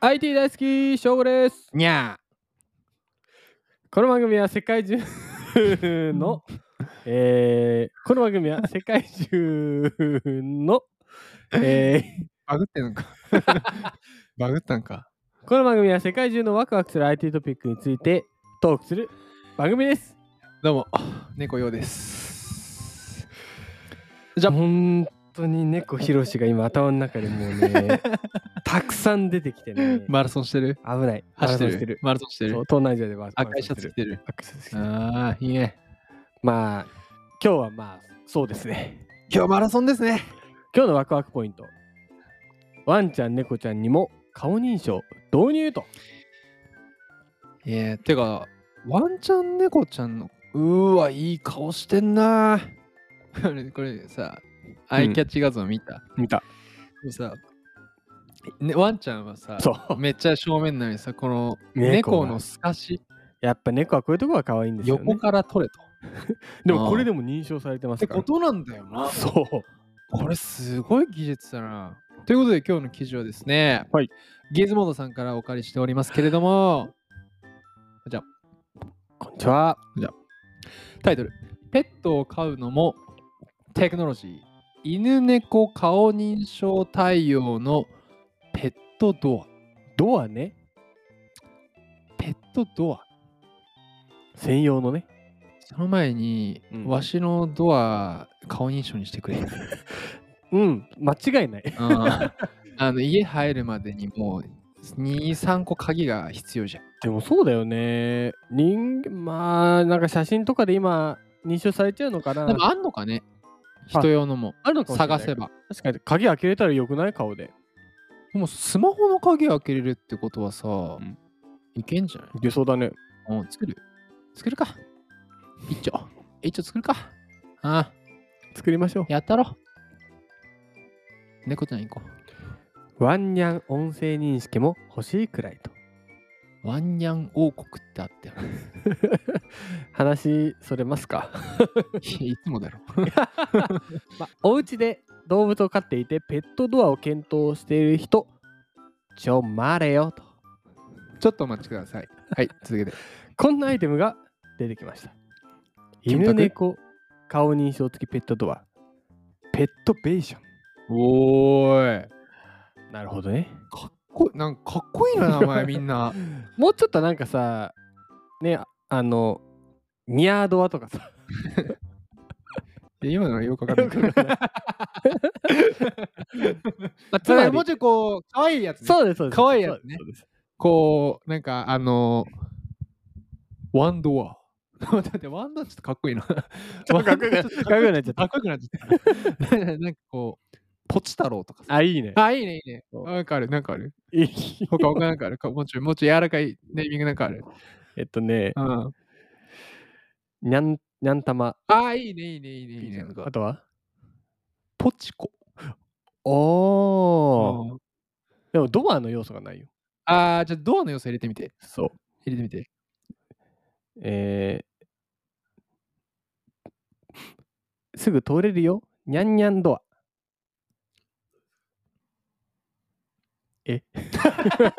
IT 大好き翔吾ですにゃこの番組は世界中 の、えー、この番組は世界中の、えー。バグってん のか。バグったんか。ー、この番組は世界中のワクワクする IT トピックについてトークする番組ですどうも、猫ようです。じゃ本当に猫ひろしが今頭の中でもう ねたくさん出てきてねマラソンしてる危ない走っマてラソンしてるマラソンしてそるう東南アジアでは赤いシャツ着てる。赤いシャツ着てるああ、いいね。まあ今日はまあそうですね 今日マラソンですね。今日のワクワクポイントワンちゃん猫ちゃんにも顔認証導入とえー、てか、ワンちゃん猫ちゃんの、うーわ、いい顔してんな。 これ、これさ、アイキャッチ画像見た、見たでさ、ね、ワンちゃんはさ、そう めっちゃ正面なのにさ、この猫は猫の透かし、やっぱ猫はこういうとこが可愛いんですよ、ね、横から取れと。でもこれでも認証されてまっすてからことなんだよな。そうこれすごい技術だな。ということで今日の記事はですね、はい、ゲズモードさんからお借りしておりますけれども、こんにちはタイトル、ペットを飼うのもテクノロジー、犬猫顔認証対応のペットドドアねア。ペットドア。専用のねその前に、うんわしのドア顔認証にしてく れ。うん間違いない ああの家入るまでにもう2、3個鍵が必要じゃん。でもそうだよね人間まあなんか写真とかで今認証されちゃうのかなでもあんのかね人用のもあるのかもしれない探せば。確かに鍵開けれたらよくない顔ででもスマホの鍵開けれるってことはさ、んいけんじゃないいけそうだねうん、作る作るか。一丁。一丁作るか。ああ、作りましょやったろ。猫ちゃん行こうワンニャン音声認識も欲しいくらいとう。ワンニャン王国って あったよね。話それますか、いやいつもだろ。 まあ、お家で動物を飼っていてペットドアを検討している人ちょ待れよとちょっとお待ちください。はい、続けて。こんなアイテムが出てきましたキムタ犬ク猫顔認証付きペットドアペットベーショおーい。ンなるほどねかっこいい。なんかかっこいいな、名前みんな。もうちょっとなんかさねあのミヤードアとかさいや今のはよくわかよんくないわ。かん ない まあつそまれりもうちょいこう、かわいいやつ、ね。 そうですそうです可愛いやつねそうですそうこう、なんか、あのー、ワンドア。 だってワンドアちょっとかっこいいな。ょっとかっこいいなワンドアちょっとかっこよくなっちゃったかっこよくなっちゃった。なん かこう、ポチ太郎とかですさ。あいいねあ、いいね、いいね。そうなんかある、なんかある。いい他、他なんかある。かもうちょい、もうちょい柔らかいネーミングなんかある。 えっとねうん。にゃんにゃんたまあ、いいね、いいね、いいね、いいね。あとはポチコ。おーでもドアの要素がないよ。あー、じゃあドアの要素入れてみて。そう。入れてみて。えー、すぐ通れるよ。にゃんにゃんドア。え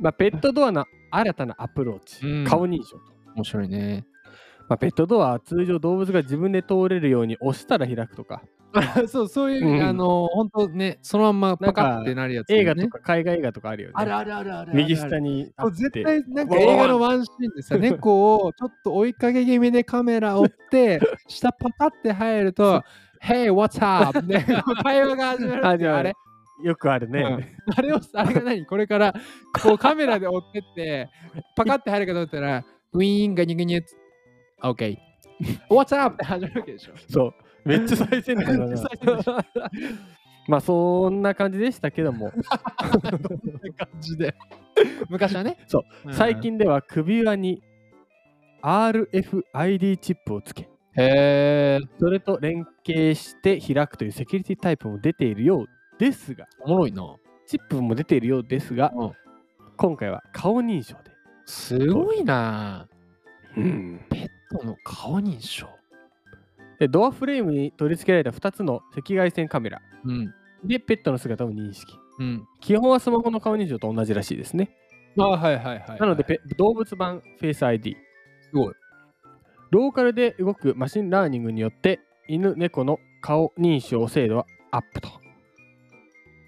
まあ、ペットドアの新たなアプローチ、うん顔認証と、面白いね。まあ、ペットドアは通常動物が自分で通れるように押したら開くとか そう、そういう、うんあのー、本当ね、そのまんまパカッてなるやつ、ね。映画とか海外映画とかあるよねあるあるあるあるある。右下にあそうって絶対なんかわわわ映画のワンシーンでさ、猫をちょっと追いかけ気味でカメラ追って、下パカって入ると、Hey, what's up? ね、会話が始まるっていうああれよくあるね、うんあれを、あれが何これからこうカメラで追ってって、パカって入るかと思ったら、ウィーンガニュガニュッつ OK。What's up? って始まるわけでしょ。そう。めっちゃ最先端だめっちなゃ最先端。 まあそんな感じでしたけども、って感じで。昔はね。そうん。最近では首輪に RFID チップをつけ、へえ。それと連携して開くというセキュリティタイプも出ているようですが、おもろいな。チップも出ているようですが、うん今回は顔認証で。すごいな。うんペットの顔認証。でドアフレームに取り付けられた2つの赤外線カメラ、うん。で、ペットの姿を認識。うん。基本はスマホの顔認証と同じらしいですね。ああ、はいはいはい。なので、ペ動物版フェイス ID。すごい。ローカルで動くマシンラーニングによって、犬、猫の顔認証精度はアップと。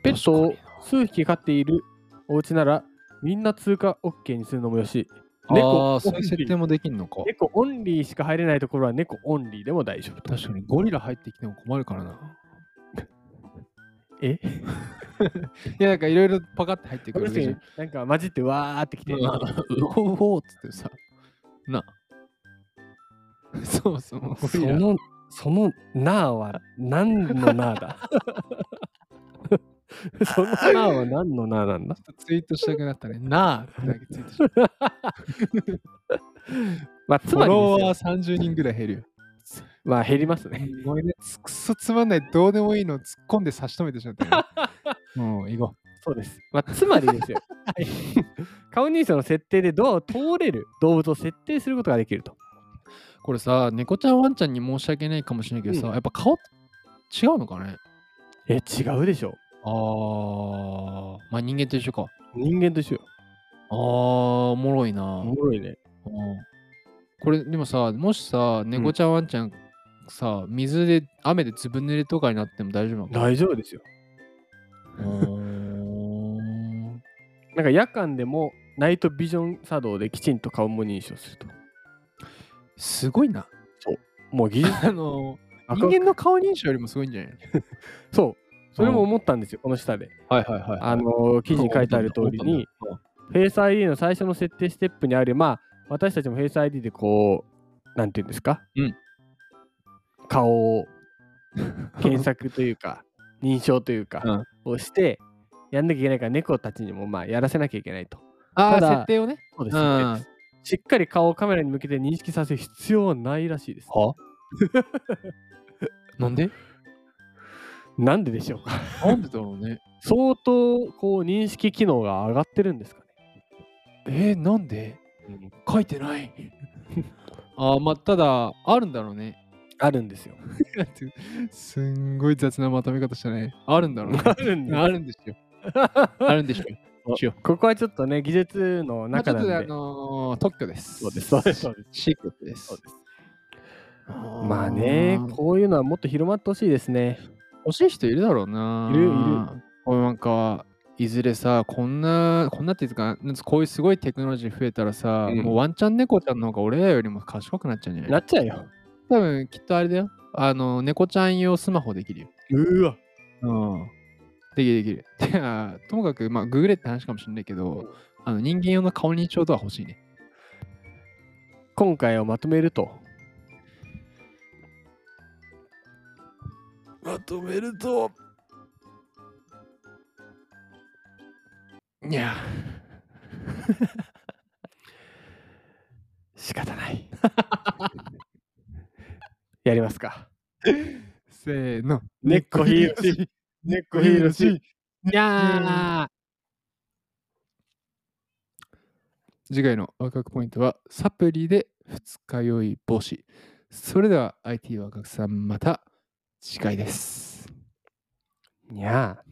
ペットを数匹飼っているお家なら、みんな通過 OK にするのもよし、あ猫あ、そういう設定もできるのか。猫オンリーしか入れないところは猫オンリーでも大丈夫と。確かにゴリラ入ってきても困るからな。えいや、なんかいろいろパカって入ってくるわ確けかじゃになん。んか混じってわーってきて、うんうおうおうっつってさ。なあ。 そうそう。ゴそリラの、そのなあは何のなあだ そのなあは何のなあなんだちょっとツイートしたくなったね。なあってだけツイートした。 まあ、つフまォりロですよワー30人ぐらい減るよ。まあ減りますね。すごいね。つくそつまんない、どうでもいいのを突っ込んで差し止めてしまった よね。もう、行こそうです。まあ、つまりですよ。 顔認証の設定でドアを通れる動物を設定することができると。う。これさ、猫ちゃんワンちゃんに申し訳ないかもしれないけどさ、うんやっぱ顔違うのかねえ、違うでしょ。ああ、まあ人間と一緒か。人間と一緒よ。ああ、おもろいな。おもろいね。うんこれでもさ、もしさ、猫ちゃんワンちゃんさ、水で雨でずぶ濡れとかになっても大丈夫なのかな大丈夫ですよ。おーなんか夜間でもナイトビジョン作動できちんと顔も認証すると。すごいな。 もう技 術あのあ人間の顔認証よりもすごいんじゃないそう。それも思ったんですよ、この下で。はいはいはいあの、記事に書いてある通りに、、フェイス ID の最初の設定ステップにある、まあ、私たちもフェイス ID でこう、なんていうんですか、うん顔 を検索というか、認証というか、をして、やんなきゃいけないから、猫たちにもまあやらせなきゃいけないと。あただあ、設定をね。そうでうす、ん。そうですしっかり顔をカメラに向けて認識させる必要はないらしいです。はなんでなんででしょうかなんでだろうね。相当こう認識機能が上がってるんですかね。えー、なんでうん書いてない。 ああ、まあ、ただ、あるんだろう ね。あるんですよ。すんごい雑なまとめ方したね。あるんだろうね。 あるんですあるんです よ。あるんですよ。一応。ここはちょっとね、技術のまあち中ょなっんとで。あのー特許です。そうです、そうです、そうです。シークレットでそうす。ですまあね、こういうのはもっと広まってほしいですね。欲しい人いるだろうな。いるいるこれなんか、いずれさ、こんな、こんなっていうか、なんつこういうすごいテクノロジー増えたらさ、うんもうワンちゃん猫ちゃんの方が俺らよりも賢くなっちゃうんじゃなないっちゃうよ。多分きっとあれだよ。あの、猫ちゃん用スマホできるよ。うわ。うん。できるできる。 てかともかく、まあ、ググれって話かもしれないけうんど、あの人間用の顔認証とは欲しいね。今回をまとめると。まとめると。いや、 仕方ない。 やりますか。せーの。猫ひろし。猫ひろし。いやー次回のワクワクポイントは、サプリで二日酔い防止。それでは IT ワクワクさんまた次回です。にゃあ。